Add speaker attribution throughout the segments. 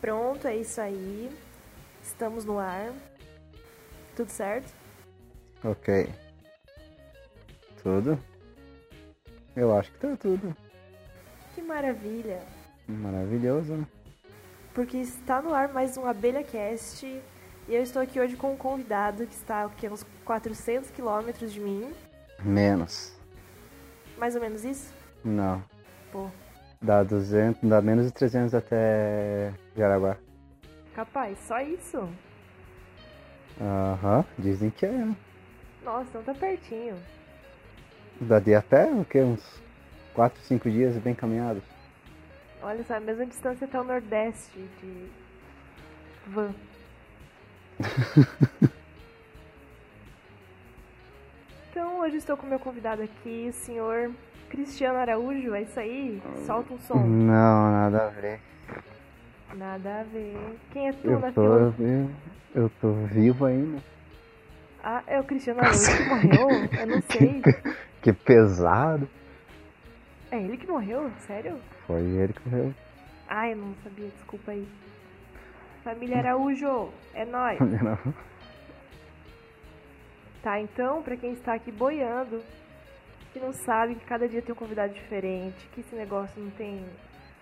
Speaker 1: Pronto, é isso aí. Estamos no ar. Tudo certo?
Speaker 2: Ok. Tudo? Eu acho que tá tudo.
Speaker 1: Que maravilha!
Speaker 2: Maravilhoso.
Speaker 1: Porque está no ar mais um AbelhaCast e eu estou aqui hoje com um convidado que está aqui a uns 400 quilômetros de mim.
Speaker 2: Menos.
Speaker 1: Mais ou menos isso?
Speaker 2: Não.
Speaker 1: Pô,
Speaker 2: Dá 200, dá menos de 300 até Jaraguá.
Speaker 1: capaz, só isso?
Speaker 2: Aham, dizem que é. né?
Speaker 1: Nossa, então tá pertinho.
Speaker 2: Dá de até o quê? Uns 4, 5 dias bem caminhados.
Speaker 1: Olha só, a mesma distância até o Nordeste de van. então, hoje estou com o meu convidado aqui, o senhor Cristiano Araújo. É isso aí? Solta um
Speaker 2: Uhum.
Speaker 1: som.
Speaker 2: Não, nada a ver.
Speaker 1: Nada a ver. Quem é tu
Speaker 2: Eu
Speaker 1: na
Speaker 2: tô,
Speaker 1: fila?
Speaker 2: eu, eu tô vivo ainda.
Speaker 1: Ah, é o Cristiano Araújo que morreu? Eu não sei.
Speaker 2: Que pesado.
Speaker 1: É ele que morreu? Sério?
Speaker 2: Foi ele que morreu.
Speaker 1: Ah, eu não sabia, desculpa aí.
Speaker 2: Hum.
Speaker 1: Família Araújo, é nóis. Tá, então, pra quem está aqui boiando, que não sabe que cada dia tem um convidado diferente, que esse negócio não tem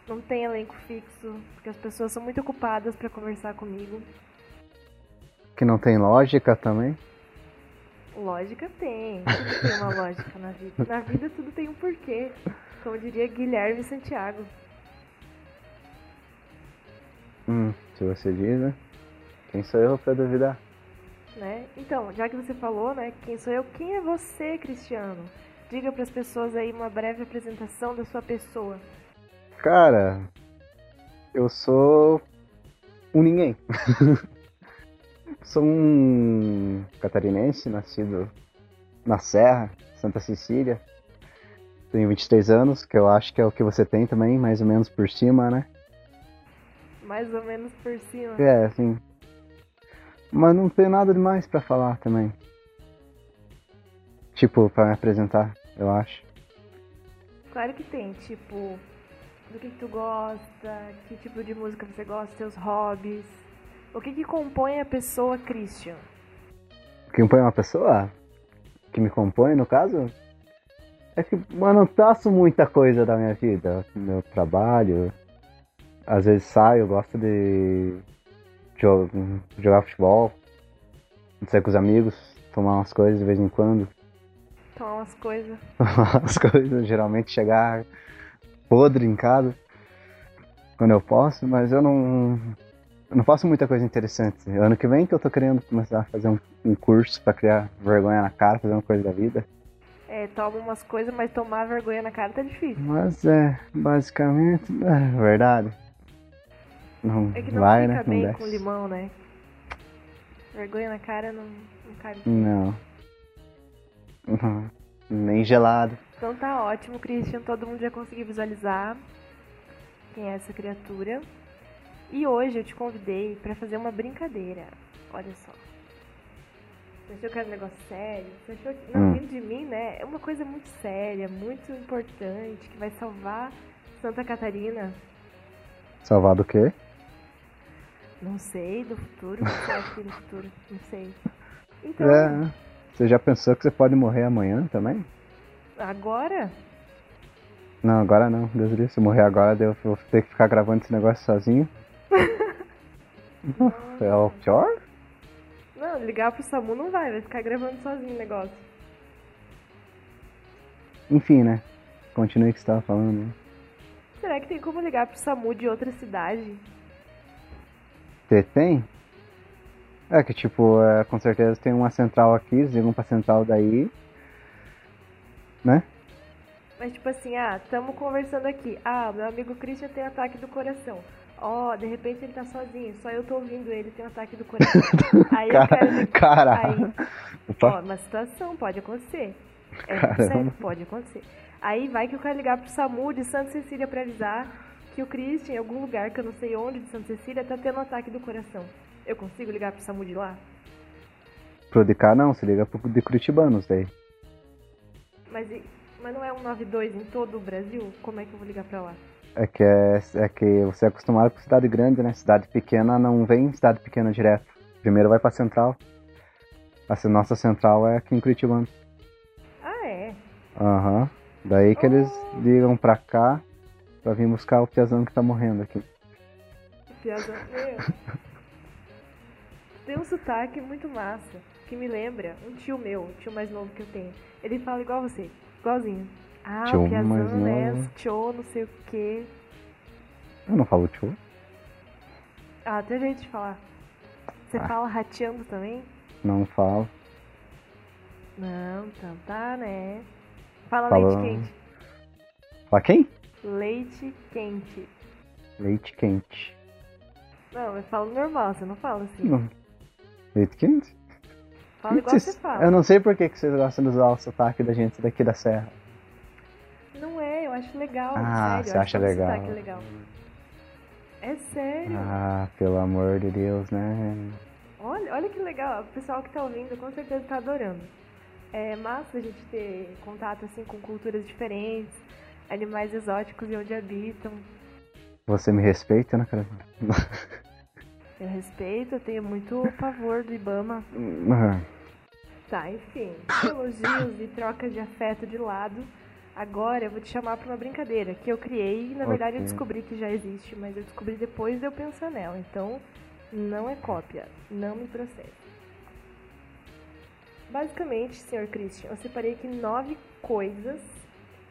Speaker 1: não tem elenco fixo, porque as pessoas são muito ocupadas pra conversar comigo.
Speaker 2: Que não tem lógica também.
Speaker 1: Lógica tem, tudo tem uma lógica na vida. Na vida tudo tem um porquê, como diria Guilherme Santiago.
Speaker 2: Hum, se você diz, né? Quem sou eu pra duvidar?
Speaker 1: né? Então, já que você falou, né, quem sou eu, quem é você, Cristiano? Diga para as pessoas aí uma breve apresentação da sua pessoa.
Speaker 2: Cara, eu sou um ninguém. sou um catarinense, nascido na Serra, Santa Cecília. Tenho 23 anos, que eu acho que é o que você tem também, mais ou menos por cima, né?
Speaker 1: Mais ou menos por cima.
Speaker 2: É, assim. Mas não tenho nada demais pra falar também. Tipo, pra me apresentar, eu acho.
Speaker 1: Claro que tem, tipo, do que, que tu gosta, que tipo de música você gosta, seus hobbies. O que, que compõe a pessoa Christian?
Speaker 2: que compõe uma pessoa, que me compõe no caso, é que eu não faço muita coisa da minha vida. Meu trabalho, às vezes saio, gosto de jo- jogar futebol, sair com os amigos, tomar umas coisas de vez em quando.
Speaker 1: Tomar umas coisas.
Speaker 2: Tomar umas coisas, geralmente chegar podre em casa quando eu posso, mas eu não. Eu não faço muita coisa interessante. Ano que vem que eu tô querendo começar a fazer um, um curso pra criar vergonha na cara, fazer uma coisa da vida.
Speaker 1: É, toma umas coisas, mas tomar vergonha na cara tá difícil.
Speaker 2: Mas é, basicamente, é verdade. Não,
Speaker 1: É que não
Speaker 2: vai,
Speaker 1: fica
Speaker 2: né?
Speaker 1: bem
Speaker 2: não
Speaker 1: com
Speaker 2: desce.
Speaker 1: limão, né? Vergonha na cara não, não cabe.
Speaker 2: Não. Não. Nem gelado.
Speaker 1: Então tá ótimo, Christian. Todo mundo já conseguiu visualizar quem é essa criatura. E hoje eu te convidei pra fazer uma brincadeira. Olha só. Você achou que era um negócio sério? Você achou que. Não,
Speaker 2: Hum.
Speaker 1: vindo de mim, né? É uma coisa muito séria, muito importante, que vai salvar Santa Catarina.
Speaker 2: Salvar do quê?
Speaker 1: Não sei, do futuro. O que será que no futuro? Não sei. Então,
Speaker 2: É. Você já pensou que você pode morrer amanhã também?
Speaker 1: agora
Speaker 2: Não, agora não. Deus livre. Se eu morrer agora, daí eu vou ter que ficar gravando esse negócio sozinho. é o pior?
Speaker 1: Não, ligar pro SAMU não vai, vai ficar gravando sozinho o negócio.
Speaker 2: Enfim, né? Continue o que você tava falando. né?
Speaker 1: Será que tem como ligar pro SAMU de outra cidade?
Speaker 2: Você tem? É que, tipo, é, com certeza tem uma central aqui, eles ligam pra central daí. Né?
Speaker 1: Mas tipo assim, ah, tamo conversando aqui. Ah, meu amigo Christian tem ataque do coração. Ó, de repente ele tá sozinho, só eu tô ouvindo ele tem um ataque do coração. Aí eu
Speaker 2: Cara-
Speaker 1: quero.
Speaker 2: caralho.
Speaker 1: Aí, ó,
Speaker 2: Opa.
Speaker 1: uma situação, pode acontecer. É,
Speaker 2: Caramba.
Speaker 1: sério, pode acontecer. Aí vai que eu quero ligar pro SAMU de Santa Cecília pra avisar que o Christian, em algum lugar que eu não sei onde de Santa Cecília, tá tendo um ataque do coração. Eu consigo ligar pro SAMU de lá?
Speaker 2: Pro de cá não, se liga pro de Curitibanos daí.
Speaker 1: Mas, e- mas não é um 92 em todo o Brasil? Como é que eu vou ligar pra lá?
Speaker 2: É que, é, é que você é acostumado com cidade grande, né? Cidade pequena não vem em cidade pequena direto. Primeiro vai pra central. A nossa central é aqui em Curitibano.
Speaker 1: Ah, é?
Speaker 2: Aham. Daí que eles ligam pra cá pra vir buscar o piazão que tá morrendo aqui.
Speaker 1: Piada. Meu. Tem um sotaque muito massa que me lembra um tio meu, um tio mais novo que eu tenho. Ele fala igual você, igualzinho. Ah,
Speaker 2: Tio
Speaker 1: o Piazão
Speaker 2: mais
Speaker 1: é
Speaker 2: novo.
Speaker 1: tio, não sei o quê.
Speaker 2: Eu não falo tio.
Speaker 1: Ah, tem jeito de falar. Você
Speaker 2: Ah.
Speaker 1: fala rateando também?
Speaker 2: Não falo.
Speaker 1: Não, então tá, né? Fala
Speaker 2: Fala-
Speaker 1: leite quente.
Speaker 2: Fala quem?
Speaker 1: Leite quente.
Speaker 2: Leite quente.
Speaker 1: Não, eu falo normal, você não fala assim.
Speaker 2: Não. Leite quente?
Speaker 1: Fala igual
Speaker 2: Vocês-
Speaker 1: você fala.
Speaker 2: Eu não sei por que, que vocês gostam de usar o sotaque da gente daqui da serra.
Speaker 1: Não é, eu acho legal.
Speaker 2: Ah,
Speaker 1: sério,
Speaker 2: você
Speaker 1: eu acho
Speaker 2: acha
Speaker 1: um
Speaker 2: legal.
Speaker 1: sotaque legal. É sério.
Speaker 2: Ah, pelo amor de Deus, né?
Speaker 1: Olha, olha que legal. O pessoal que tá ouvindo com certeza tá adorando. É massa a gente ter contato assim com culturas diferentes, animais exóticos e onde habitam.
Speaker 2: Você me respeita, né, cara?
Speaker 1: Eu respeito, eu tenho muito pavor do Ibama.
Speaker 2: Ah,
Speaker 1: Tá, enfim. Elogios e trocas de afeto de lado. Agora eu vou te chamar pra uma brincadeira que eu criei e na verdade eu
Speaker 2: Ok.
Speaker 1: descobri que já existe, mas eu descobri depois de eu pensar nela. Então não é cópia, não me processe. Basicamente, senhor Christian, eu separei aqui nove coisas,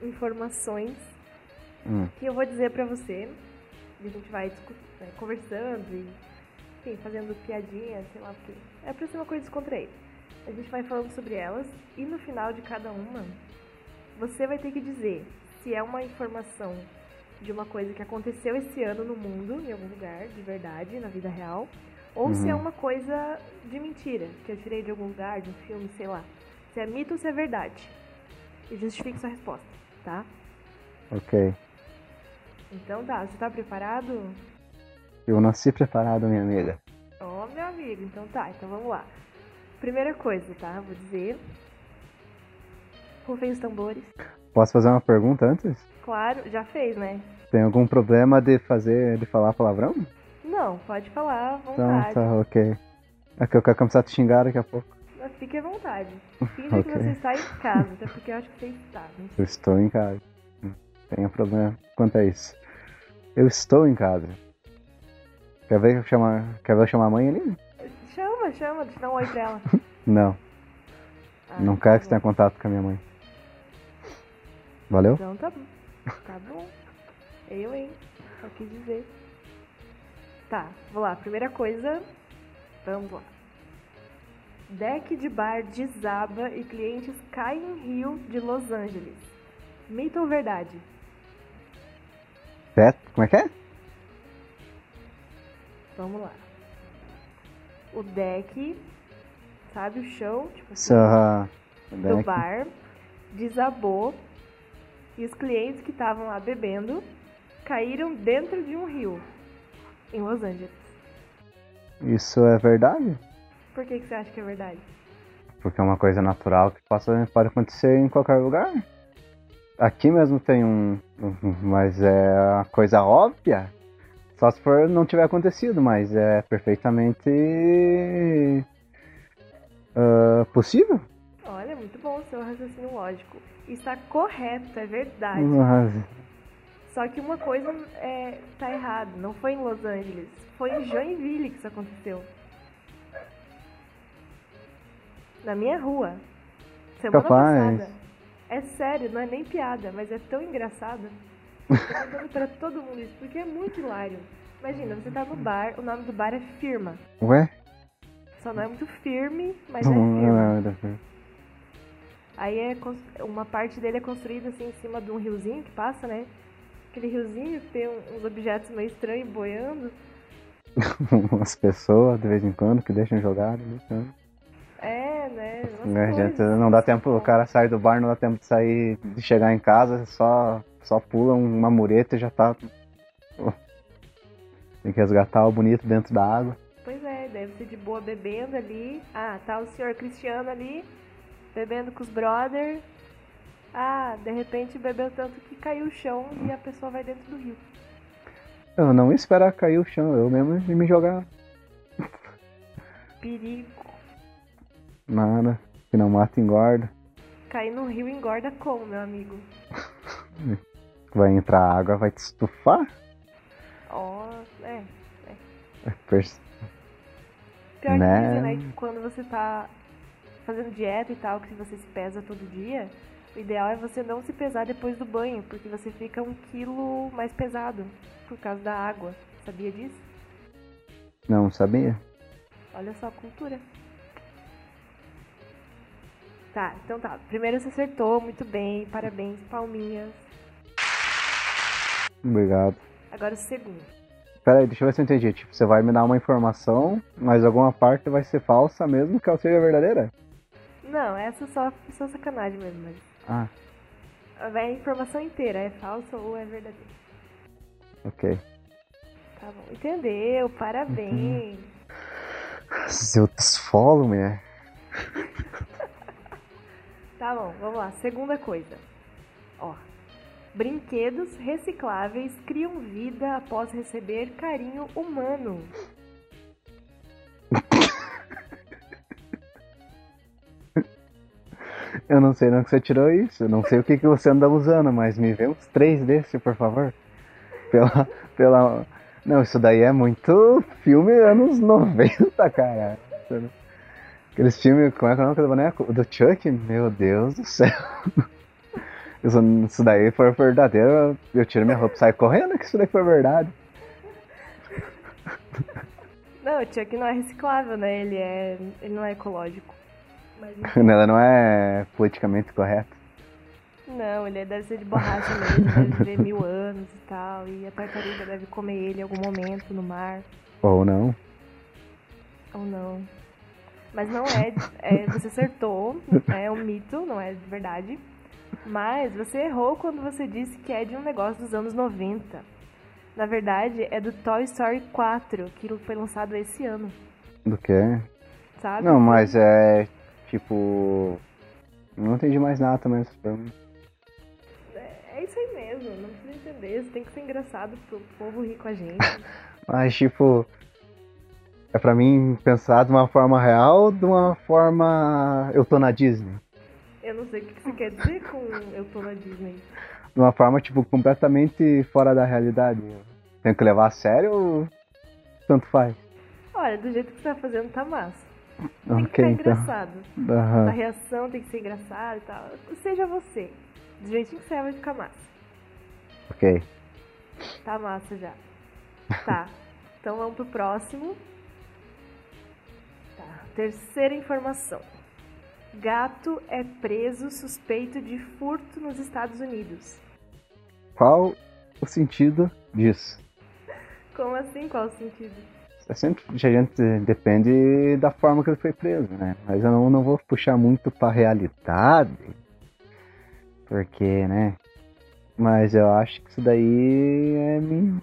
Speaker 1: informações
Speaker 2: hum,
Speaker 1: que eu vou dizer pra você. E a gente vai discu- né, conversando e enfim, fazendo piadinha, sei lá o quê. É pra ser uma coisa descontraída. A gente vai falando sobre elas e no final de cada uma você vai ter que dizer se é uma informação de uma coisa que aconteceu esse ano no mundo, em algum lugar, de verdade, na vida real, ou se é
Speaker 2: Uhum.
Speaker 1: uma coisa de mentira, que eu tirei de algum lugar, de um filme, sei lá. Se é mito ou se é verdade. E justifique sua resposta, tá?
Speaker 2: ok.
Speaker 1: Então tá, você tá preparado?
Speaker 2: Eu nasci preparado, minha amiga.
Speaker 1: Ó, meu amigo, então tá, então vamos lá. Primeira coisa, tá? Vou dizer. Rufem os tambores.
Speaker 2: Posso fazer uma pergunta antes?
Speaker 1: Claro, já fez, né?
Speaker 2: Tem algum problema de fazer, de falar palavrão?
Speaker 1: Não, pode falar à
Speaker 2: Então
Speaker 1: vontade.
Speaker 2: tá, ok. É que eu quero começar a te xingar daqui a pouco.
Speaker 1: Mas Fique à vontade. Finge que
Speaker 2: Ok.
Speaker 1: você está em casa, até porque eu acho que você está. não sei.
Speaker 2: Eu estou em casa. Não Tenho problema quanto a isso. Eu estou em casa. Quer ver eu chamar, quer ver eu chamar a mãe ali?
Speaker 1: Chama, chama, deixa eu dar um oi pra ela.
Speaker 2: Não,
Speaker 1: Ah,
Speaker 2: não quero que você
Speaker 1: tá
Speaker 2: tenha
Speaker 1: bom.
Speaker 2: contato com a minha mãe. Valeu?
Speaker 1: Então tá bom. Tá bom. Eu, hein? Só quis dizer. Tá, vou lá. Primeira coisa. Vamos lá. Deck de bar desaba e clientes caem em rio de Los Angeles. Mito ou verdade?
Speaker 2: Pet, como é que é?
Speaker 1: Vamos lá. O deck, sabe o chão? Tipo assim,
Speaker 2: Sarra.
Speaker 1: do bar desabou e os clientes que estavam lá bebendo caíram dentro de um rio em Los Angeles.
Speaker 2: Isso é verdade?
Speaker 1: Por que, que você acha que é verdade?
Speaker 2: Porque é uma coisa natural que possa, pode acontecer em qualquer lugar. Aqui mesmo tem um. um- Mas é uma coisa óbvia. Só se for não tiver acontecido, mas é perfeitamente. ah, possível?
Speaker 1: Olha, é muito bom o seu raciocínio lógico. Está correto, é verdade.
Speaker 2: Mas-
Speaker 1: Só que uma coisa é, tá errada. Não foi em Los Angeles, foi em Joinville que isso aconteceu. Na minha rua. Semana
Speaker 2: Capaz.
Speaker 1: passada. É sério, não é nem piada, mas é tão engraçado. Eu tô contando pra todo mundo isso, porque é muito hilário. Imagina, você tá no bar, o nome do bar é Firma.
Speaker 2: Ué?
Speaker 1: Só não é muito firme, mas é firma.
Speaker 2: Não, não,
Speaker 1: Aí é cons- uma parte dele é construída assim em cima de um riozinho que passa, né? Aquele riozinho que tem um- uns objetos meio estranhos boiando.
Speaker 2: não. As pessoas de vez em quando que deixam jogar. né? Então,
Speaker 1: É, né? Umas
Speaker 2: né, gente,
Speaker 1: coisas. assim.
Speaker 2: não dá tempo, o cara sai do bar, não dá tempo de sair, de chegar em casa, só, só pula um, uma mureta e já tá. Tem que resgatar o bonito dentro da água.
Speaker 1: Pois é, deve ser de boa bebendo ali. Ah, tá o senhor Cristiano ali, bebendo com os brother. Ah, de repente bebeu tanto que caiu o chão e a pessoa vai dentro do rio.
Speaker 2: Eu não ia esperar cair o chão, eu mesmo ia me jogar
Speaker 1: Perigo.
Speaker 2: nada. Que não mata, engorda.
Speaker 1: Cair no rio engorda como, meu amigo?
Speaker 2: Vai entrar água, vai te estufar.
Speaker 1: Ó, é.
Speaker 2: Pers-
Speaker 1: Pior que
Speaker 2: Né?
Speaker 1: dizem, né, que quando você tá fazendo dieta e tal, que você se pesa todo dia, o ideal é você não se pesar depois do banho, porque você fica um quilo mais pesado por causa da água. Sabia disso?
Speaker 2: Não sabia?
Speaker 1: Olha só a cultura. Tá, então tá. Primeiro você acertou, muito bem, parabéns, palminhas.
Speaker 2: Obrigado.
Speaker 1: Agora o segundo.
Speaker 2: Pera aí, deixa eu ver se eu entendi. Tipo, você vai me dar uma informação, mas alguma parte vai ser falsa mesmo que ela seja verdadeira?
Speaker 1: Não, essa só, só sacanagem mesmo, mas.
Speaker 2: Ah,
Speaker 1: A informação inteira é falsa ou é verdadeira.
Speaker 2: ok.
Speaker 1: Tá bom. Entendeu? Parabéns.
Speaker 2: Seu desfolo, mulher.
Speaker 1: Tá bom, vamos lá. Segunda coisa. Ó. Brinquedos recicláveis criam vida após receber carinho humano.
Speaker 2: Eu não sei não que você tirou isso. Eu não sei o que, que você anda usando, mas me vê uns três desse, por favor. Pela. pela. Não, isso daí é muito filme anos 90, cara. Aqueles filmes, como é que é o nome do boneco? Do Chuck? Meu Deus do céu. Isso, isso daí for verdadeiro, eu- eu tiro minha roupa e saio correndo que isso daí foi verdade.
Speaker 1: Não, o Chuck não é reciclável, né? Ele é. ele não é ecológico. Mas
Speaker 2: Ela não é politicamente correta.
Speaker 1: não, ele é, deve ser de borracha mesmo, deve viver mil anos e tal. E a tartaruga deve comer ele em algum momento no mar.
Speaker 2: Ou não.
Speaker 1: Ou não. Mas não é, é, Você acertou, é um mito, não é de verdade. Mas você errou quando você disse que é de um negócio dos anos 90. Na verdade, é do Toy Story 4, que foi lançado esse ano,
Speaker 2: Do que? é.
Speaker 1: sabe?
Speaker 2: Não, mas é tipo. Não entendi mais nada também essa pergunta.
Speaker 1: É isso aí mesmo, não precisa entender, você tem que ser engraçado pro povo rir com a gente.
Speaker 2: Mas tipo. É pra mim pensar de uma forma real ou de uma forma. Eu tô na Disney.
Speaker 1: Eu não sei o que que você quer dizer com eu tô na Disney.
Speaker 2: De uma forma, tipo, completamente fora da realidade. Tenho que levar a sério ou. Tanto faz?
Speaker 1: Olha, do jeito que você tá fazendo tá massa. Tem que
Speaker 2: Ok,
Speaker 1: ser
Speaker 2: então.
Speaker 1: engraçado. A
Speaker 2: Aham.
Speaker 1: reação tem que ser engraçada e tal. Seja você. Do jeitinho que você é, vai ficar massa.
Speaker 2: Ok.
Speaker 1: Tá massa já. Tá. Então vamos pro próximo. Tá. Terceira informação. Gato é preso suspeito de furto nos Estados Unidos.
Speaker 2: Qual o sentido disso?
Speaker 1: Como assim? Qual o sentido?
Speaker 2: É sempre a gente depende da forma que ele foi preso, né? Mas eu não, não vou puxar muito pra realidade, porque, né? Mas eu acho que isso daí é min-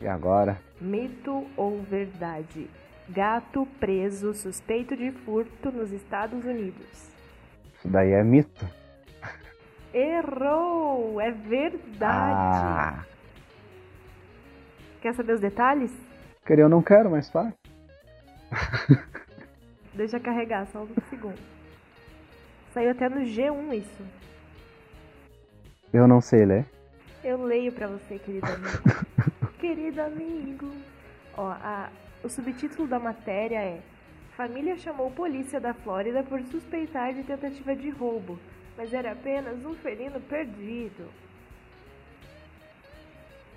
Speaker 2: E agora?
Speaker 1: Mito ou verdade? Gato preso suspeito de furto nos Estados Unidos.
Speaker 2: Isso daí é mito.
Speaker 1: Errou! É verdade!
Speaker 2: Ah,
Speaker 1: Quer saber os detalhes?
Speaker 2: querer eu não quero, mas tá.
Speaker 1: Deixa carregar, só um segundo. Saiu até no G1 isso.
Speaker 2: Eu não sei ler.
Speaker 1: Eu leio pra você, querido amigo. querido amigo. Ó, a- o subtítulo da matéria é Família chamou polícia da Flórida por suspeitar de tentativa de roubo, mas era apenas um felino perdido.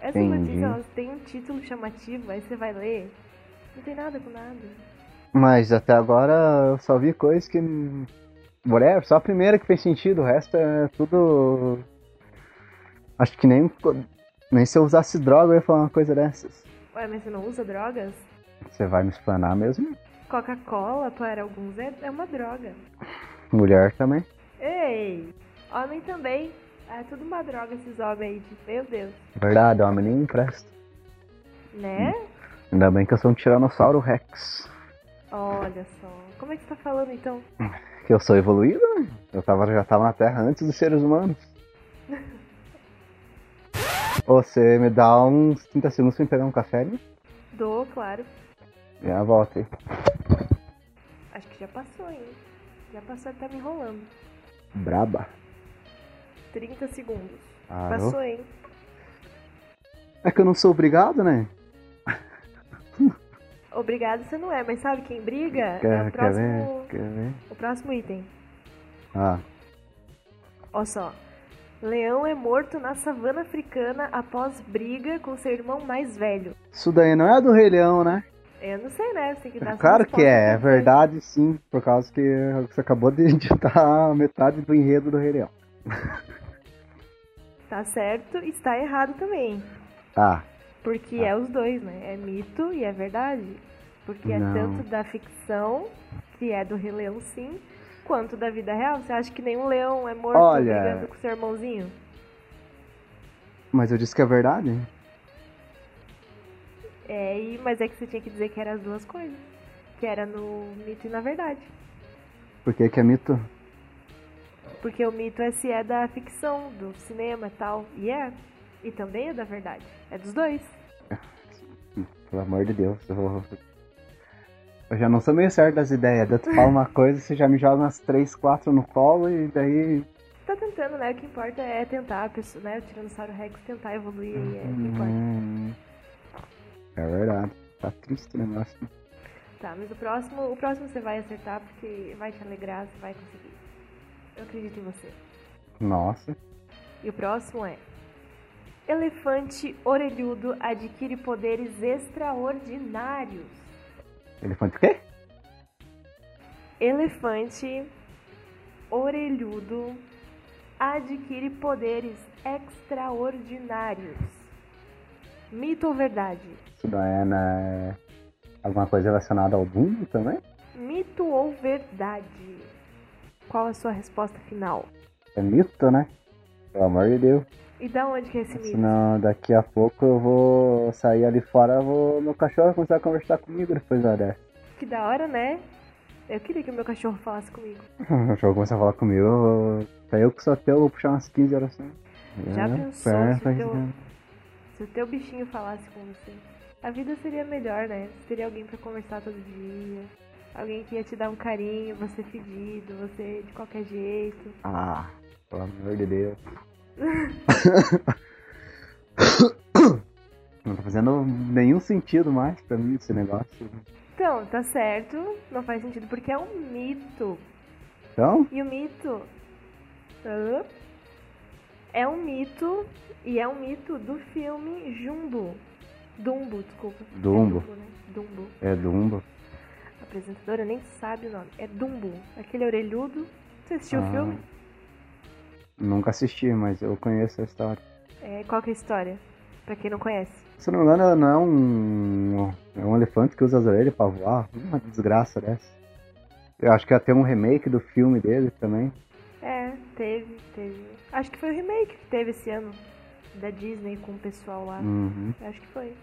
Speaker 1: Essa
Speaker 2: Entendi.
Speaker 1: notícia ela tem um título chamativo, aí você vai ler. Não tem nada com nada.
Speaker 2: Mas até agora eu só vi coisas que. Whatever, só a primeira que fez sentido, o resto é tudo. Acho que nem, nem se eu usasse droga eu ia falar uma coisa dessas.
Speaker 1: Ué, mas você não usa drogas?
Speaker 2: Você vai me explanar mesmo?
Speaker 1: Coca-Cola, para alguns, é, é uma droga.
Speaker 2: Mulher também.
Speaker 1: Ei! Homem também. Ah, É tudo uma droga esses homens aí. tipo, Meu Deus.
Speaker 2: Verdade, homem nem empresta.
Speaker 1: Né?
Speaker 2: Hum. Ainda bem que eu sou um Tiranossauro Rex.
Speaker 1: Olha só. Como é que você tá falando então?
Speaker 2: Que eu sou evoluído, né? Eu tava, já tava na Terra antes dos seres humanos. Você me dá uns 30 segundos pra me pegar um café ali?
Speaker 1: Dou, claro.
Speaker 2: Já volto aí.
Speaker 1: Acho que já passou, hein? Já passou, tá me enrolando.
Speaker 2: Braba.
Speaker 1: 30 segundos.
Speaker 2: Parou.
Speaker 1: Passou, hein?
Speaker 2: É que eu não sou obrigado, né?
Speaker 1: Obrigado, você não é, mas sabe quem briga? é
Speaker 2: Quer,
Speaker 1: o
Speaker 2: quer
Speaker 1: próximo,
Speaker 2: ver? Quer ver?
Speaker 1: o próximo item.
Speaker 2: Ah,
Speaker 1: Olha só. Leão é morto na savana africana após briga com seu irmão mais velho.
Speaker 2: isso daí não é a do Rei Leão, né?
Speaker 1: Eu não sei, né? Você tem que dar essa
Speaker 2: Claro que
Speaker 1: resposta,
Speaker 2: é, é
Speaker 1: né?
Speaker 2: verdade sim, por causa que você acabou de editar metade do enredo do Rei Leão.
Speaker 1: Tá certo e está errado também.
Speaker 2: Ah,
Speaker 1: Porque é os dois, né? É mito e é verdade. Porque
Speaker 2: Não.
Speaker 1: é tanto da ficção, que é do Rei Leão, sim, quanto da vida real. Você acha que nenhum leão é morto
Speaker 2: Olha-
Speaker 1: brigando com seu irmãozinho?
Speaker 2: mas eu disse que é verdade?
Speaker 1: É, e, mas é que você tinha que dizer que era as duas coisas. Que era no mito e na verdade.
Speaker 2: Porque que é mito?
Speaker 1: Porque o mito é se é da ficção, do cinema e tal. E é. E também é da verdade. É dos dois.
Speaker 2: Pelo amor de Deus, eu, vou- eu já não sou meio certo das ideias. Daí tu fala uma coisa, você já me joga umas 3, 4 no colo e daí.
Speaker 1: Tá tentando, né? O que importa é tentar, a pessoa, né? O Tiranossauro Rex tentar evoluir. e É, o que importa.
Speaker 2: Hum, é verdade. Tá triste o negócio.
Speaker 1: Tá, mas o próximo, o próximo você vai acertar porque vai te alegrar, você vai conseguir. Eu acredito em você.
Speaker 2: Nossa.
Speaker 1: E o próximo é: Elefante orelhudo adquire poderes extraordinários.
Speaker 2: Elefante o quê?
Speaker 1: Elefante orelhudo adquire poderes extraordinários. Mito ou verdade?
Speaker 2: Isso daí é na... alguma coisa relacionada ao Dumbo também?
Speaker 1: Mito ou verdade? Qual a sua resposta final?
Speaker 2: É mito, né? Pelo amor de Deus.
Speaker 1: E da onde que é esse mito?
Speaker 2: Senão daqui a pouco eu vou sair ali fora, eu vou... meu cachorro vai começar a conversar comigo depois da dessa.
Speaker 1: Que da hora, né? Eu queria que o meu cachorro falasse comigo.
Speaker 2: O jogo começa a falar comigo, eu vou- até eu que sou teu, eu vou puxar umas 15 horas assim.
Speaker 1: Já
Speaker 2: É,
Speaker 1: pensou
Speaker 2: pera,
Speaker 1: se
Speaker 2: faz-
Speaker 1: teu- Se o teu bichinho falasse com você, a vida seria melhor, né? Você teria alguém pra conversar todo dia, alguém que ia te dar um carinho, você fedido, você de qualquer jeito.
Speaker 2: Ah, pelo amor de Deus. Não tá fazendo nenhum sentido mais pra mim esse negócio.
Speaker 1: Então, tá certo, não faz sentido porque é um mito.
Speaker 2: Então,
Speaker 1: E o mito. Hã? É um mito, e é um mito do filme Jumbo. Dumbo, desculpa. É
Speaker 2: Dumbo.
Speaker 1: Dumbo, né? Dumbo.
Speaker 2: é Dumbo.
Speaker 1: A apresentadora nem sabe o nome. É Dumbo, aquele orelhudo. Você assistiu
Speaker 2: Ah.
Speaker 1: o filme?
Speaker 2: Nunca assisti, mas eu conheço a história.
Speaker 1: É, qual que é a história? Pra quem não conhece.
Speaker 2: Se eu não me engano, não é um. É um elefante que usa as orelhas pra voar. Uma desgraça dessa. Eu acho que ia ter um remake do filme dele também.
Speaker 1: É, teve, teve. Acho que foi o remake que teve esse ano. Da Disney com o pessoal lá.
Speaker 2: Uhum.
Speaker 1: Eu Acho que foi.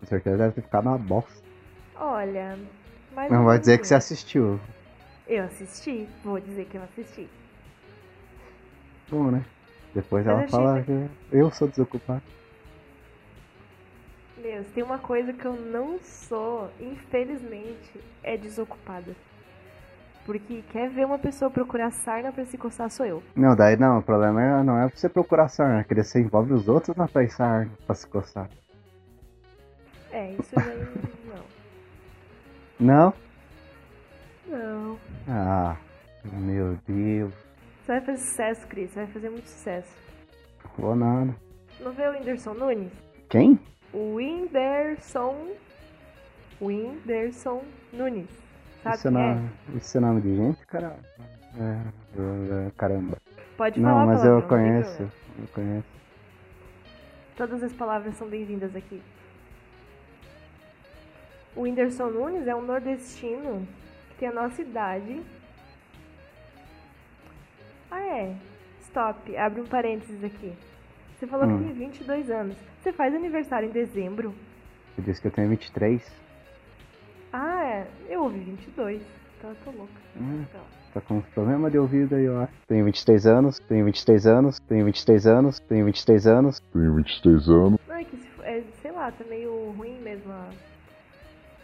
Speaker 2: Com certeza deve ter ficado uma bosta.
Speaker 1: Olha, mas.
Speaker 2: Não vai dizer que você assistiu.
Speaker 1: Eu assisti, vou dizer que eu assisti.
Speaker 2: Bom, né? Depois
Speaker 1: Mas
Speaker 2: ela
Speaker 1: achei
Speaker 2: fala que eu sou desocupado.
Speaker 1: Meu, se tem uma coisa que eu não sou, infelizmente, é desocupada. Porque quer ver uma pessoa procurar sarna pra se coçar sou eu.
Speaker 2: Não, daí não, o problema é, não é você procurar sarna, que daí você envolve os outros na tua sarna pra se coçar.
Speaker 1: É, isso daí não.
Speaker 2: Não?
Speaker 1: Não.
Speaker 2: Ah, meu Deus,
Speaker 1: Você vai fazer sucesso, Cris. Você vai fazer muito sucesso.
Speaker 2: vou nada.
Speaker 1: Não vê o Whindersson Nunes?
Speaker 2: Quem?
Speaker 1: O Whindersson. Whindersson Nunes. Sabe
Speaker 2: Isso é,
Speaker 1: quem é?
Speaker 2: nome, isso é nome de gente, cara? É, é, caramba.
Speaker 1: Pode falar
Speaker 2: Não, mas
Speaker 1: palavrão,
Speaker 2: eu
Speaker 1: não tem
Speaker 2: conheço,
Speaker 1: problema.
Speaker 2: eu conheço.
Speaker 1: Todas as palavras são bem-vindas aqui. O Whindersson Nunes é um nordestino que tem a nossa idade. Ah, é. Stop. Abre um parênteses aqui. Você falou
Speaker 2: Hum.
Speaker 1: que tem 22 anos. Você faz aniversário em dezembro?
Speaker 2: Eu disse que eu tenho 23.
Speaker 1: Ah, é. Eu ouvi 22. Então eu tô louca.
Speaker 2: Hum.
Speaker 1: Então,
Speaker 2: Tá com uns problemas de ouvido aí, eu acho. Tenho 23 anos, tenho 23 anos, tenho 23 anos, tenho 23 anos.
Speaker 3: Tenho 23 anos.
Speaker 1: não, é que se, for- é, sei lá, tá meio ruim mesmo. a-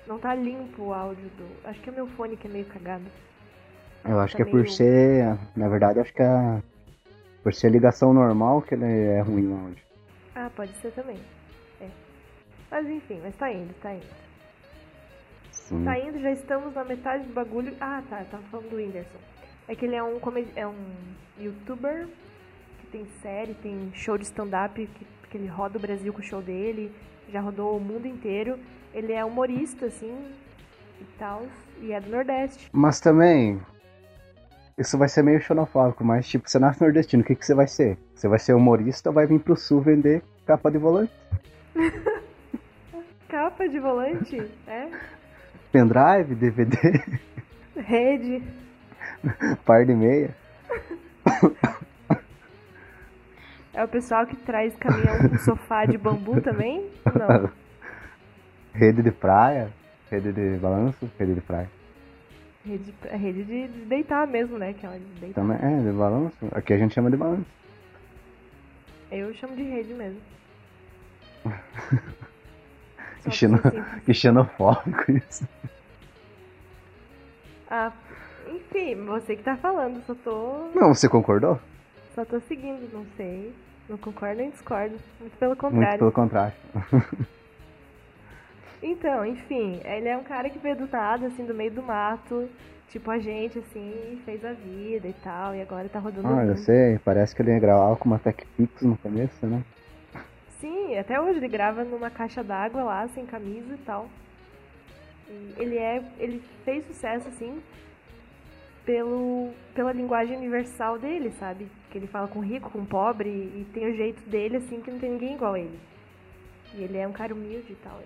Speaker 1: Não tá limpo o áudio do. Acho que é o meu fone que é meio cagado.
Speaker 2: Eu acho que é
Speaker 1: Também
Speaker 2: por
Speaker 1: eu.
Speaker 2: ser. Na verdade, acho que é. Por ser ligação normal que ele é ruim o áudio.
Speaker 1: Ah, pode ser também. É. Mas enfim, mas tá indo, tá indo.
Speaker 2: Sim.
Speaker 1: Tá indo, já estamos na metade do bagulho. Ah, tá, eu tava falando do Whindersson. É que ele é um, comedi... é um youtuber que tem série, tem show de stand-up, que, que ele roda o Brasil com o show dele, já rodou o mundo inteiro. Ele é humorista, assim, e tal, e é do Nordeste.
Speaker 2: Mas também. Isso vai ser meio xenofóbico, mas tipo, você nasce nordestino, o que, que você vai ser? Você vai ser humorista ou vai vir pro sul vender capa de volante?
Speaker 1: Capa de volante, né?
Speaker 2: Pendrive, DVD,
Speaker 1: Rede.
Speaker 2: par de meia?
Speaker 1: É o pessoal que traz caminhão com sofá de bambu também? Não.
Speaker 2: Rede de praia? Rede de balanço? Rede de praia.
Speaker 1: Rede, é rede de, de deitar mesmo, né? Aquela de deitar.
Speaker 2: Também é, de balanço. Aqui a gente chama de balanço.
Speaker 1: Eu chamo de rede mesmo. Só assim,
Speaker 2: Que,
Speaker 1: pra
Speaker 2: xeno...
Speaker 1: ser simples.
Speaker 2: que xenofóbico isso.
Speaker 1: Ah, enfim, você que tá falando, só tô.
Speaker 2: Não, você concordou?
Speaker 1: Só tô seguindo, não sei. Não concordo nem discordo. Muito pelo
Speaker 2: Muito
Speaker 1: contrário.
Speaker 2: pelo contrário.
Speaker 1: Então, enfim, ele é um cara que veio do nada, assim, do meio do mato. Tipo a gente, assim, e fez a vida e tal. E agora tá rodando. o
Speaker 2: Ah, eu
Speaker 1: mundo.
Speaker 2: sei, parece que ele ia gravar com uma Tech Pix no começo, né?
Speaker 1: Sim, até hoje ele grava numa caixa d'água lá, sem camisa e tal. E ele é, ele fez sucesso assim pelo pela linguagem universal dele, sabe? Que ele fala com rico, com pobre e tem o jeito dele assim que não tem ninguém igual a ele. E ele é um cara humilde e tal.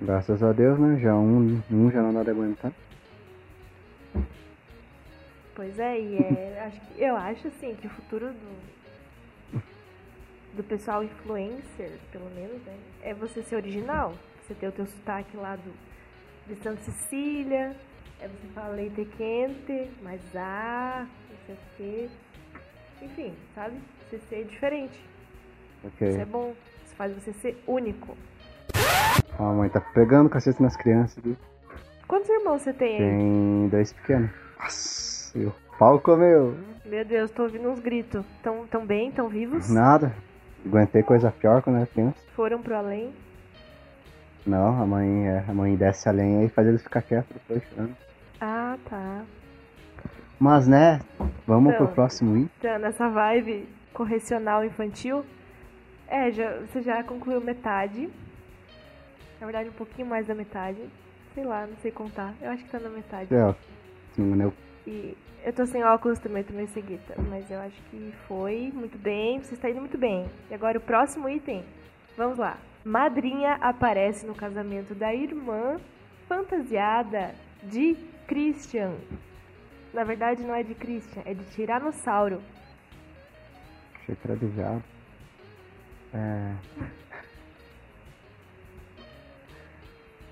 Speaker 2: Graças a Deus, né? Já um, um já não dá de aguentar.
Speaker 1: Pois é, e é, acho que- eu acho assim que o futuro do do pessoal influencer, pelo menos, né, é você ser original, você ter o teu sotaque lá do de Santa Cecília, é você falar leite quente, mas ah, não sei o quê. Enfim, sabe? Você ser diferente.
Speaker 2: Ok.
Speaker 1: Isso é bom. Isso faz você ser único. é
Speaker 2: A mãe tá pegando cacete nas crianças. viu?
Speaker 1: Quantos irmãos você tem aí?
Speaker 2: Tem dois pequenos. Nossa, e o pau comeu.
Speaker 1: Meu Deus, tô ouvindo uns gritos. Tão, tão bem? Tão vivos?
Speaker 2: Nada. Aguentei coisa pior quando era criança.
Speaker 1: Foram pro além?
Speaker 2: Não, a mãe, é, a mãe desce a lenha e faz eles ficar quietos depois chorando.
Speaker 1: Ah, tá.
Speaker 2: Mas né, vamos
Speaker 1: Então.
Speaker 2: pro próximo hino.
Speaker 1: Tá nessa vibe correcional infantil. É, já, você já concluiu metade. Na verdade, um pouquinho mais da metade. Sei lá, não sei contar. Eu acho que tá na metade.
Speaker 2: É, ó, se não me engano,
Speaker 1: E eu tô sem óculos também, tô meio cegueta. Mas eu acho que foi muito bem. Você está indo muito bem. E agora o próximo item. Vamos lá. Madrinha aparece no casamento da irmã fantasiada de Christian. Na verdade, não é de Christian, é de Tiranossauro.
Speaker 2: achei que era de diabo.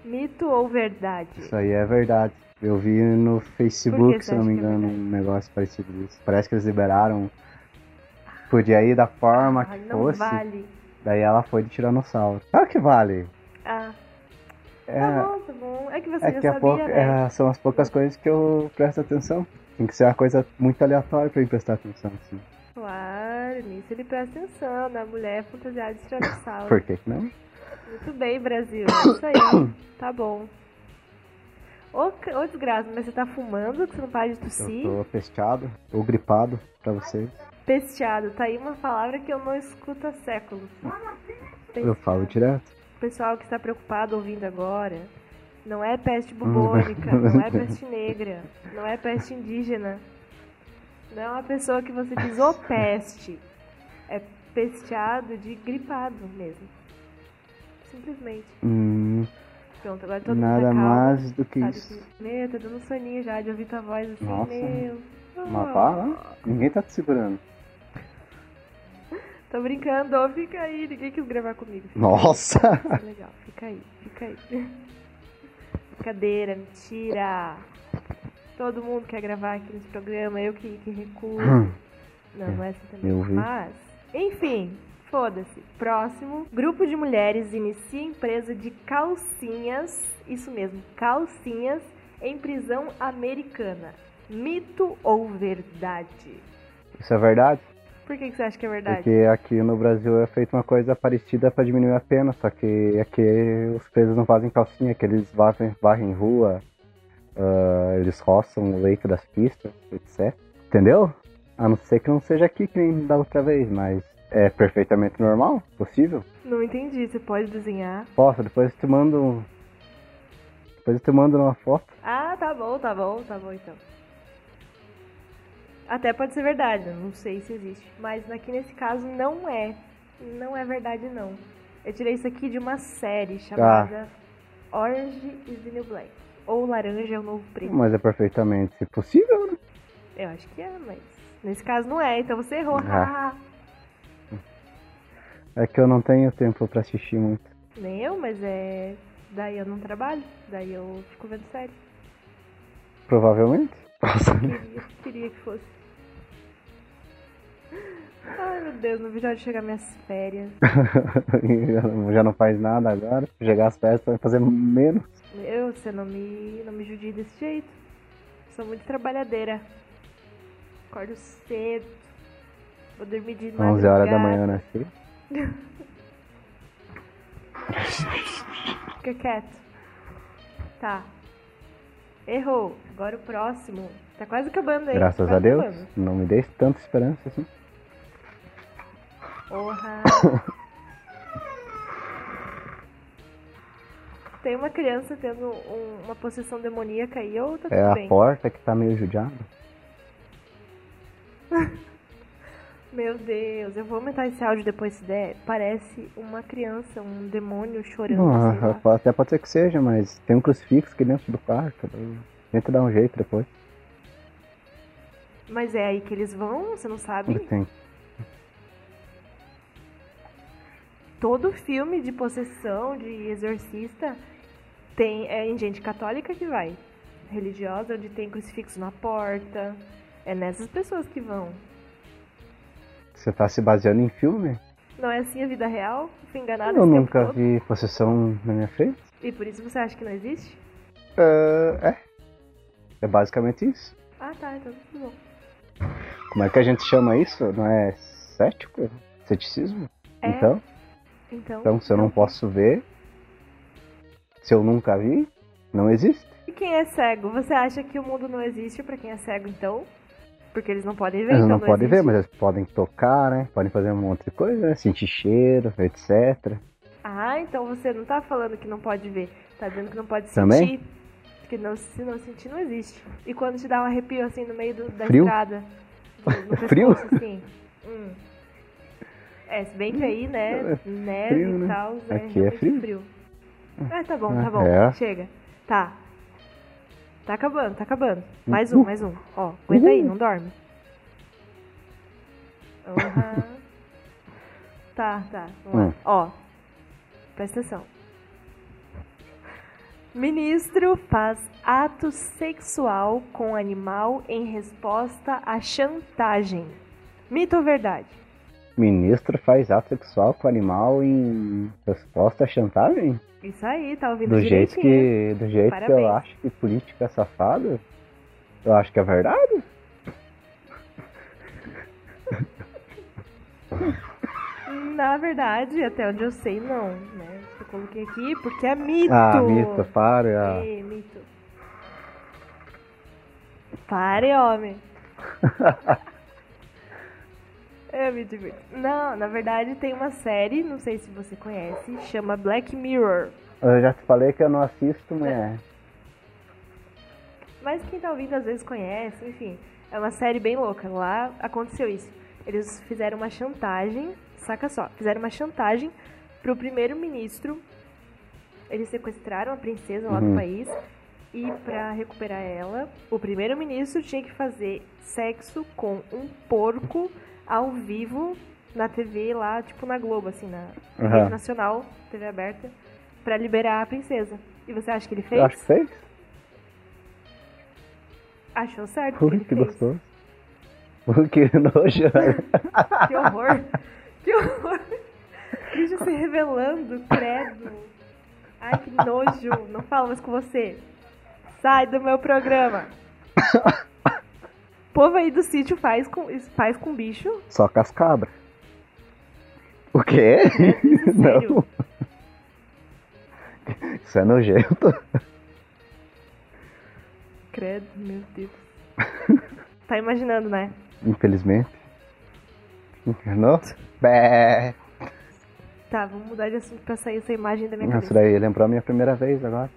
Speaker 1: Mito ou verdade?
Speaker 2: Isso aí é verdade. Eu vi no
Speaker 1: Por
Speaker 2: Facebook,
Speaker 1: que
Speaker 2: se eu não
Speaker 1: você
Speaker 2: me
Speaker 1: acha que é
Speaker 2: engano,
Speaker 1: verdade?
Speaker 2: um negócio parecido disso. Parece que eles liberaram. Podia ir da forma
Speaker 1: Ai,
Speaker 2: que
Speaker 1: não
Speaker 2: fosse.
Speaker 1: vale.
Speaker 2: Daí ela foi de tiranossauro. Claro que vale.
Speaker 1: Ah,
Speaker 2: É,
Speaker 1: tá bom, tá bom. É que você
Speaker 2: é
Speaker 1: já
Speaker 2: que a
Speaker 1: sabia,
Speaker 2: pouca,
Speaker 1: né?
Speaker 2: é, são as poucas coisas que eu presto atenção. Tem que ser uma coisa muito aleatória pra eu prestar atenção. Assim.
Speaker 1: Tá Claro, nisso ele presta atenção, na mulher fantasiada de tiranossauro.
Speaker 2: Por que que não?
Speaker 1: Muito bem, Brasil. É isso aí. tá bom. Ô, c- ô desgraça, mas você tá fumando que você não para de
Speaker 2: Eu
Speaker 1: tossir?
Speaker 2: tô fechado ou gripado pra vocês.
Speaker 1: Pesteado. Tá aí uma palavra que eu não escuto há séculos.
Speaker 2: Eu falo
Speaker 1: Pesteado.
Speaker 2: direto.
Speaker 1: O pessoal que está preocupado ouvindo agora, não é peste
Speaker 2: Hum.
Speaker 1: bubônica, não é peste negra, não é peste indígena. Não é uma pessoa que você diz o peste. É pesteado de gripado mesmo. Simplesmente.
Speaker 2: Hum,
Speaker 1: Pronto, agora todo
Speaker 2: nada
Speaker 1: mundo tá calmo,
Speaker 2: mais do que
Speaker 1: sabe
Speaker 2: isso.
Speaker 1: que- Meu, tá dando soninho já de ouvir tua voz assim,
Speaker 2: Nossa.
Speaker 1: meu.
Speaker 2: Mas
Speaker 1: Ah,
Speaker 2: vá lá. Ninguém tá te segurando.
Speaker 1: Tô brincando, ó, fica aí, ninguém quis gravar comigo. Fica
Speaker 2: Nossa!
Speaker 1: Isso é legal, fica aí, fica aí. Brincadeira, mentira. Todo mundo quer gravar aqui nesse programa, eu que, que recuo. Não, não é assim também.
Speaker 2: Eu vi.
Speaker 1: Mas, enfim, foda-se. Próximo. Grupo de mulheres inicia empresa de calcinhas, isso mesmo, calcinhas, em prisão americana. Mito ou verdade?
Speaker 2: Isso é verdade?
Speaker 1: Por que, que você acha que é verdade?
Speaker 2: Porque aqui no Brasil é feita uma coisa parecida pra diminuir a pena, só que aqui os presos não fazem calcinha, que eles varrem, varrem rua, ah, eles roçam o leito das pistas, etc. Entendeu? A não ser que não seja aqui que nem da outra vez, mas é perfeitamente normal, possível.
Speaker 1: Não entendi, você pode desenhar.
Speaker 2: Posso, depois eu te mando um... Depois eu te mando uma foto.
Speaker 1: Ah, tá bom, tá bom, tá bom então. Até pode ser verdade, eu não sei se existe. Mas aqui nesse caso não é. Não é verdade, não. Eu tirei isso aqui de uma série chamada Orange is the New Black. Ou Laranja é o Novo Preto.
Speaker 2: Mas é perfeitamente possível, né?
Speaker 1: Eu acho que é, mas nesse caso não é, então você errou.
Speaker 2: Ah. É que eu não tenho tempo pra assistir muito.
Speaker 1: Nem eu, mas é. Daí eu não trabalho, daí eu fico vendo série.
Speaker 2: Provavelmente. né? Nossa.
Speaker 1: Queria, queria que fosse. Ai meu Deus, não vejo a hora de chegar minhas férias.
Speaker 2: Já não faz nada agora. Chegar às festas vai fazer menos.
Speaker 1: Eu, você não me, não me judie desse jeito. Sou muito trabalhadeira. Acordo cedo. Vou dormir de
Speaker 2: 11 horas da
Speaker 1: madrugada.
Speaker 2: manhã, né? filho?
Speaker 1: Fica quieto. Tá. Errou. Agora o próximo. Tá quase acabando aí.
Speaker 2: Graças
Speaker 1: Tá
Speaker 2: a Deus.
Speaker 1: acabando.
Speaker 2: Não me dei tanta esperança assim.
Speaker 1: Porra. Tem uma criança tendo um- uma possessão demoníaca aí ou tá
Speaker 2: É
Speaker 1: tudo
Speaker 2: a
Speaker 1: bem?
Speaker 2: porta que tá meio judiada.
Speaker 1: Meu Deus, eu vou aumentar esse áudio depois se der. Parece uma criança, um demônio chorando.
Speaker 2: Não,
Speaker 1: sei lá.
Speaker 2: até Ah, pode ser que seja, mas tem um crucifixo aqui dentro do quarto. daí Tenta dar um jeito depois.
Speaker 1: Mas é aí que eles vão, você não sabe?
Speaker 2: Tem.
Speaker 1: Todo filme de possessão, de exorcista, tem é em gente católica que vai. Religiosa, onde tem crucifixo na porta. É nessas pessoas que vão.
Speaker 2: Você tá se baseando em filme?
Speaker 1: Não é assim a vida real? Fui enganada
Speaker 2: eu
Speaker 1: esse tempo
Speaker 2: nunca
Speaker 1: todo?
Speaker 2: vi possessão na minha frente.
Speaker 1: E por isso você acha que não existe?
Speaker 2: É, é. É basicamente isso.
Speaker 1: Ah, tá, então tudo bom.
Speaker 2: Como é que a gente chama isso? Não é cético? Ceticismo?
Speaker 1: É.
Speaker 2: Então,
Speaker 1: Então,
Speaker 2: então, se eu não posso ver, se eu nunca vi, não existe.
Speaker 1: E quem é cego? Você acha que o mundo não existe pra quem é cego, então? Porque eles não podem ver,
Speaker 2: Eles
Speaker 1: então
Speaker 2: não, podem ver,
Speaker 1: existe.
Speaker 2: mas eles podem tocar, né? Podem fazer um monte de coisa, né? Sentir cheiro, etc.
Speaker 1: Ah, então você não tá falando que não pode ver. Tá dizendo que não pode sentir.
Speaker 2: Também?
Speaker 1: Porque não, se não sentir, não existe. E quando te dá um arrepio, assim, no meio do- da
Speaker 2: Frio?
Speaker 1: estrada... do- no
Speaker 2: Frio?
Speaker 1: pescoço, assim. Hum. É, se bem que aí, né, neve
Speaker 2: É frio,
Speaker 1: e
Speaker 2: né?
Speaker 1: tal, é
Speaker 2: Aqui é
Speaker 1: realmente
Speaker 2: frio.
Speaker 1: Ah, tá bom, tá
Speaker 2: Ah,
Speaker 1: bom.
Speaker 2: é.
Speaker 1: Chega. Tá. Tá acabando, tá acabando. Mais um, mais um. Ó, aguenta aí,
Speaker 2: Uhul.
Speaker 1: não dorme. Aham. Tá, tá. Vamos lá.
Speaker 2: Hum.
Speaker 1: Ó, presta atenção. Ministro faz ato sexual com animal em resposta à chantagem. Mito ou verdade?
Speaker 2: Ministro faz ato sexual com animal em resposta à chantagem?
Speaker 1: Isso aí, tá ouvindo
Speaker 2: Do jeito,
Speaker 1: direitinho.
Speaker 2: que, do jeito que eu
Speaker 1: Parabéns.
Speaker 2: acho que política é safada, eu acho que é verdade.
Speaker 1: Na verdade, até onde eu sei, não, né? Eu coloquei aqui porque é mito.
Speaker 2: Ah, mito, para.
Speaker 1: É, mito. Pare, homem. Eu me divirto. Não, na verdade tem uma série, não sei se você conhece, chama Black Mirror.
Speaker 2: Eu já te falei que eu não assisto, mas
Speaker 1: Mas quem tá ouvindo às vezes conhece, enfim. É uma série bem louca. Lá aconteceu isso. Eles fizeram uma chantagem, saca só, fizeram uma chantagem pro primeiro-ministro. Eles sequestraram a princesa lá do
Speaker 2: Uhum.
Speaker 1: país. E pra recuperar ela, o primeiro-ministro tinha que fazer sexo com um porco ao vivo na TV lá, tipo na Globo, assim, na
Speaker 2: Aham.
Speaker 1: rede nacional, TV aberta, pra liberar a princesa. E você acha que ele fez?
Speaker 2: eu acho que fez.
Speaker 1: Achou certo? o
Speaker 2: Ui,
Speaker 1: ele
Speaker 2: que
Speaker 1: fez.
Speaker 2: gostoso. Ui, que nojo.
Speaker 1: Que horror! Que horror! Bicho se revelando, credo! Ai, que nojo! Não falo mais com você! Sai do meu programa! O povo aí do sítio faz com, faz com bicho.
Speaker 2: Só com as cabras. O quê?
Speaker 1: sério?
Speaker 2: Não. Isso é nojento.
Speaker 1: Credo, meu Deus. Tá imaginando, né?
Speaker 2: Infelizmente. Encarnou?
Speaker 1: é
Speaker 2: Bé.
Speaker 1: Tá, vamos mudar de assunto pra sair essa imagem da minha
Speaker 2: Isso
Speaker 1: cabeça.
Speaker 2: daí lembrou a minha primeira vez agora.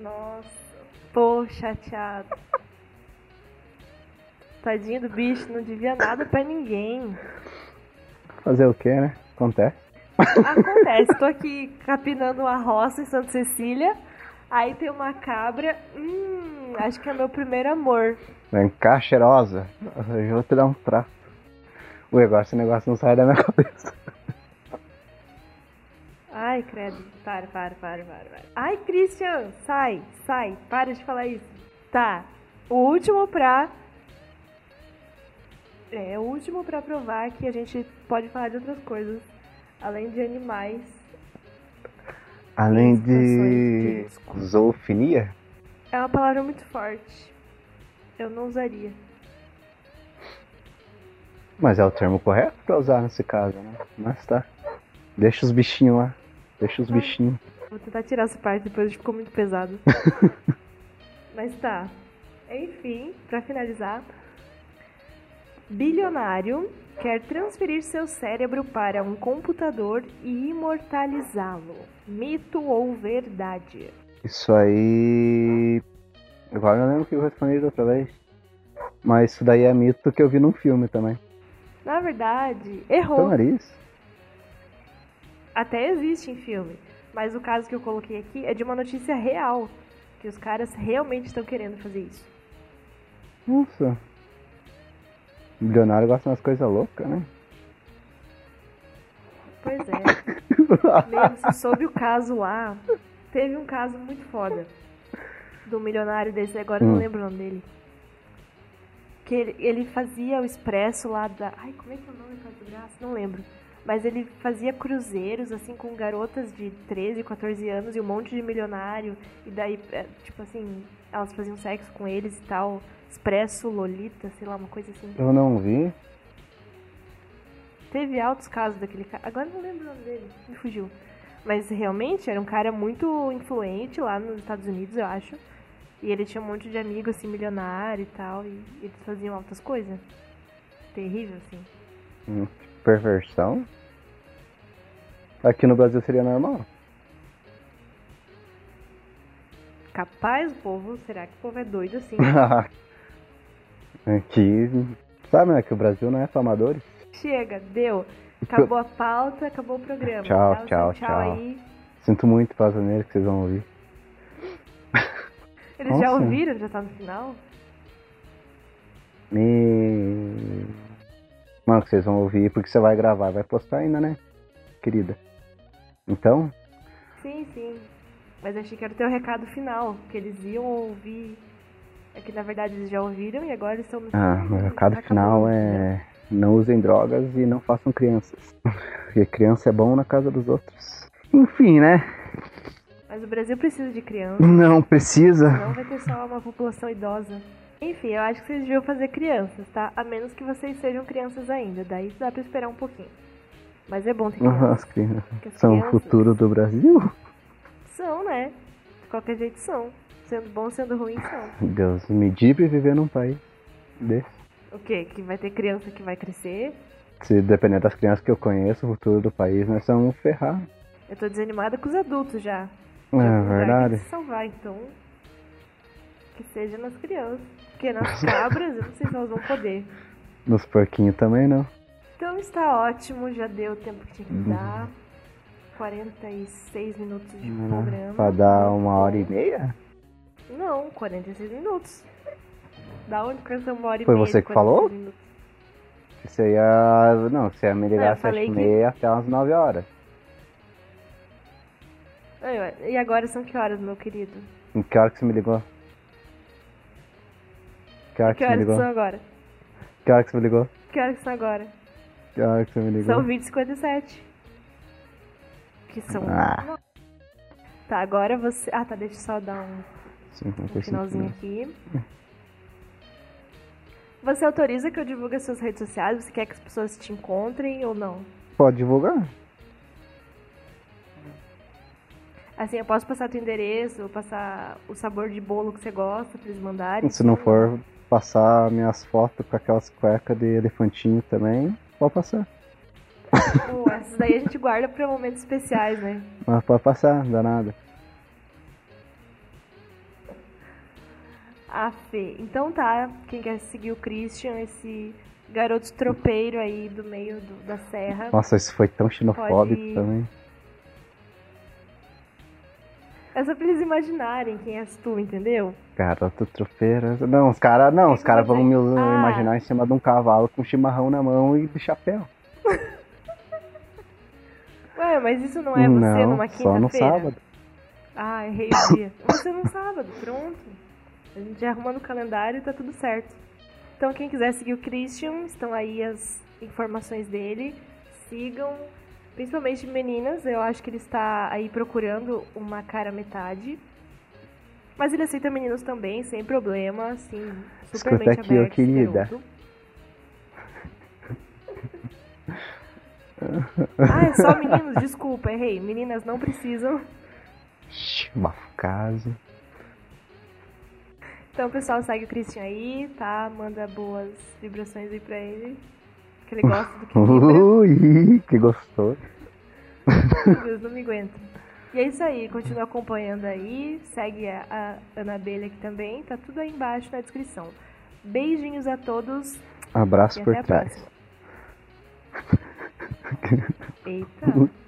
Speaker 1: Nossa, tô chateado. Tadinho do bicho, não devia nada pra ninguém.
Speaker 2: Fazer o quê, né? Acontece.
Speaker 1: Acontece, tô aqui capinando uma roça em Santa Cecília, aí tem uma cabra, hum, acho que é meu primeiro amor.
Speaker 2: Vem cá, Né, cheirosa. Eu vou te dar um trato. Ui, agora esse negócio não sai da minha cabeça.
Speaker 1: Ai, credo, para, para, para, para, para. Ai, Christian, sai, sai, para de falar isso. Tá, o último pra... É, o último pra provar que a gente pode falar de outras coisas, além de animais.
Speaker 2: Além
Speaker 1: Situações
Speaker 2: de.
Speaker 1: de risco.
Speaker 2: zoofilia?
Speaker 1: É uma palavra muito forte, eu não usaria.
Speaker 2: Mas é o termo correto pra usar nesse caso, né? Mas tá. Deixa os bichinhos lá. Deixa os bichinhos.
Speaker 1: Vou tentar tirar essa parte, depois ficou muito pesado. Mas tá. Enfim, pra finalizar. Bilionário quer transferir seu cérebro para um computador e imortalizá-lo. Mito ou verdade?
Speaker 2: Isso aí. Agora eu lembro que eu respondi da outra vez. Mas isso daí é mito que eu vi num filme também.
Speaker 1: Na verdade,
Speaker 2: Seu
Speaker 1: errou.
Speaker 2: nariz?
Speaker 1: Até existe em filme. Mas o caso que eu coloquei aqui é de uma notícia real. Que os caras realmente estão querendo fazer isso.
Speaker 2: Nossa. Milionário gosta das coisas loucas, né?
Speaker 1: Pois é. Mesmo se soube o caso lá, teve um caso muito foda. Do milionário desse, agora eu não
Speaker 2: Hum.
Speaker 1: lembro o nome dele. Que ele, ele fazia o expresso lá da. Ai, como é que é o nome do Casa de Graça? Não lembro. Mas ele fazia cruzeiros, assim, com garotas de 13, 14 anos e um monte de milionário. E daí, é, tipo assim, elas faziam sexo com eles e tal. Expresso, Lolita, sei lá, uma coisa assim.
Speaker 2: Eu não vi.
Speaker 1: Teve altos casos daquele cara. Agora eu não lembro o nome dele, me fugiu. Mas realmente era um cara muito influente lá nos Estados Unidos, eu acho. E ele tinha um monte de amigo, assim, milionário e tal. E eles faziam altas coisas. Terrível, assim.
Speaker 2: Hum, Perversão? Aqui no Brasil seria normal.
Speaker 1: Capaz, o povo. Será que o povo é doido assim?
Speaker 2: Aqui. Sabe, né? Que o Brasil não é pra amadores.
Speaker 1: Chega, deu. Acabou a pauta, acabou o programa.
Speaker 2: Tchau,
Speaker 1: Dá o seu
Speaker 2: tchau,
Speaker 1: tchau.
Speaker 2: tchau.
Speaker 1: aí.
Speaker 2: Sinto muito para os que vocês vão ouvir.
Speaker 1: Eles já
Speaker 2: Nossa.
Speaker 1: ouviram? Já tá no final?
Speaker 2: Me. Mano, que vocês vão ouvir porque você vai gravar, vai postar ainda, né? Querida. Então,
Speaker 1: Sim, sim. Mas achei que era o teu recado final, que eles iam ouvir. É que na verdade eles já ouviram e agora estão no. então
Speaker 2: ah, meu recado final é. Não usem drogas e não façam crianças. Porque criança é bom na casa dos outros. Enfim, né?
Speaker 1: Mas o Brasil precisa de criança,
Speaker 2: Não precisa.
Speaker 1: não vai ter só uma população idosa. Enfim, eu acho que vocês deviam fazer crianças, tá? A menos que vocês sejam crianças ainda, daí dá pra esperar um pouquinho. Mas é bom ter crianças.
Speaker 2: As crianças
Speaker 1: porque as
Speaker 2: são o
Speaker 1: crianças
Speaker 2: futuro do Brasil.
Speaker 1: São, né? De qualquer jeito são. Sendo bom, sendo ruim, são.
Speaker 2: Deus, me dibre viver num país desse.
Speaker 1: O quê? Que vai ter criança que vai crescer?
Speaker 2: Se depender das crianças que eu conheço, o futuro do país, nós somos um ferrados.
Speaker 1: Eu tô desanimada com os adultos já.
Speaker 2: É
Speaker 1: Algum lugar
Speaker 2: verdade.
Speaker 1: Tem que Então, se salvar, então. Que seja nas crianças. Porque nas cabras, eu não sei se elas vão poder.
Speaker 2: Nos porquinhos também não.
Speaker 1: Então está ótimo, já deu o tempo que tinha
Speaker 2: Uhum.
Speaker 1: que dar. 46 minutos de
Speaker 2: Uhum.
Speaker 1: programa.
Speaker 2: Pra dar uma hora e meia?
Speaker 1: Não, 46 minutos. Da onde que essa uma hora e
Speaker 2: Foi
Speaker 1: meia
Speaker 2: você
Speaker 1: de
Speaker 2: que falou?
Speaker 1: 46 minutos?
Speaker 2: Você ia. é, Não, você ia
Speaker 1: Não, É,
Speaker 2: me
Speaker 1: eu
Speaker 2: ligar às
Speaker 1: falei
Speaker 2: sete e
Speaker 1: que-
Speaker 2: meia até umas nove horas.
Speaker 1: Ai, ué, E agora são que horas, meu querido?
Speaker 2: Em que hora que você me ligou? Que hora
Speaker 1: Que
Speaker 2: que, você me
Speaker 1: horas que
Speaker 2: ligou?
Speaker 1: são agora?
Speaker 2: Que hora que você me ligou?
Speaker 1: Que horas que são agora?
Speaker 2: Que hora que você me ligou?
Speaker 1: São 20 e 57. Que são.
Speaker 2: Ah.
Speaker 1: Tá, agora você. Ah, tá, deixa eu só dar um, um
Speaker 2: 55
Speaker 1: finalzinho
Speaker 2: minutos.
Speaker 1: aqui. Você autoriza que eu divulgue as suas redes sociais? Você quer que as pessoas te encontrem ou não?
Speaker 2: Pode divulgar?
Speaker 1: Assim, eu posso passar teu endereço, eu passar o sabor de bolo que você gosta pra eles mandarem.
Speaker 2: Se não for passar minhas fotos com aquelas cuecas de elefantinho também, pode passar.
Speaker 1: Pô, essas daí a gente guarda pra momentos especiais, né?
Speaker 2: Mas pode passar, não dá nada.
Speaker 1: Tá A Fê. Então tá, quem quer seguir o Christian, esse garoto tropeiro aí do meio do- da serra.
Speaker 2: Nossa, isso foi tão xenofóbico
Speaker 1: Pode-
Speaker 2: também.
Speaker 1: É só pra eles imaginarem quem és tu, entendeu?
Speaker 2: Garota tropeira. Não, os caras não, os caras vão me
Speaker 1: Ah.
Speaker 2: imaginar em cima de um cavalo com chimarrão na mão e de chapéu.
Speaker 1: Ué, mas isso não é você numa
Speaker 2: só no
Speaker 1: quinta-feira?
Speaker 2: sábado.
Speaker 1: Ah, errei o dia. Você num sábado, pronto. A gente já arruma no calendário e tá tudo certo. Então quem quiser seguir o Christian, estão aí as informações dele. Sigam, principalmente meninas, eu acho que ele está aí procurando uma cara metade. Mas ele aceita meninos também, sem problema, assim,
Speaker 2: Escuta
Speaker 1: supermente
Speaker 2: aqui, ô
Speaker 1: aberto,
Speaker 2: querida.
Speaker 1: esperoso. Ah, é só meninos, desculpa, errei. Meninas não precisam.
Speaker 2: Bafo caso.
Speaker 1: Então, pessoal, segue o Christian aí, tá? Manda boas vibrações aí pra ele. Que ele gosta do que vibra.
Speaker 2: Ui, que gostoso.
Speaker 1: Meu Deus, não me aguento. E é isso aí, continua acompanhando aí. Segue a, a Ana Abelha aqui também. Tá tudo aí embaixo na descrição. Beijinhos a todos e
Speaker 2: Abraço
Speaker 1: até
Speaker 2: por
Speaker 1: a
Speaker 2: trás.
Speaker 1: próxima. Eita.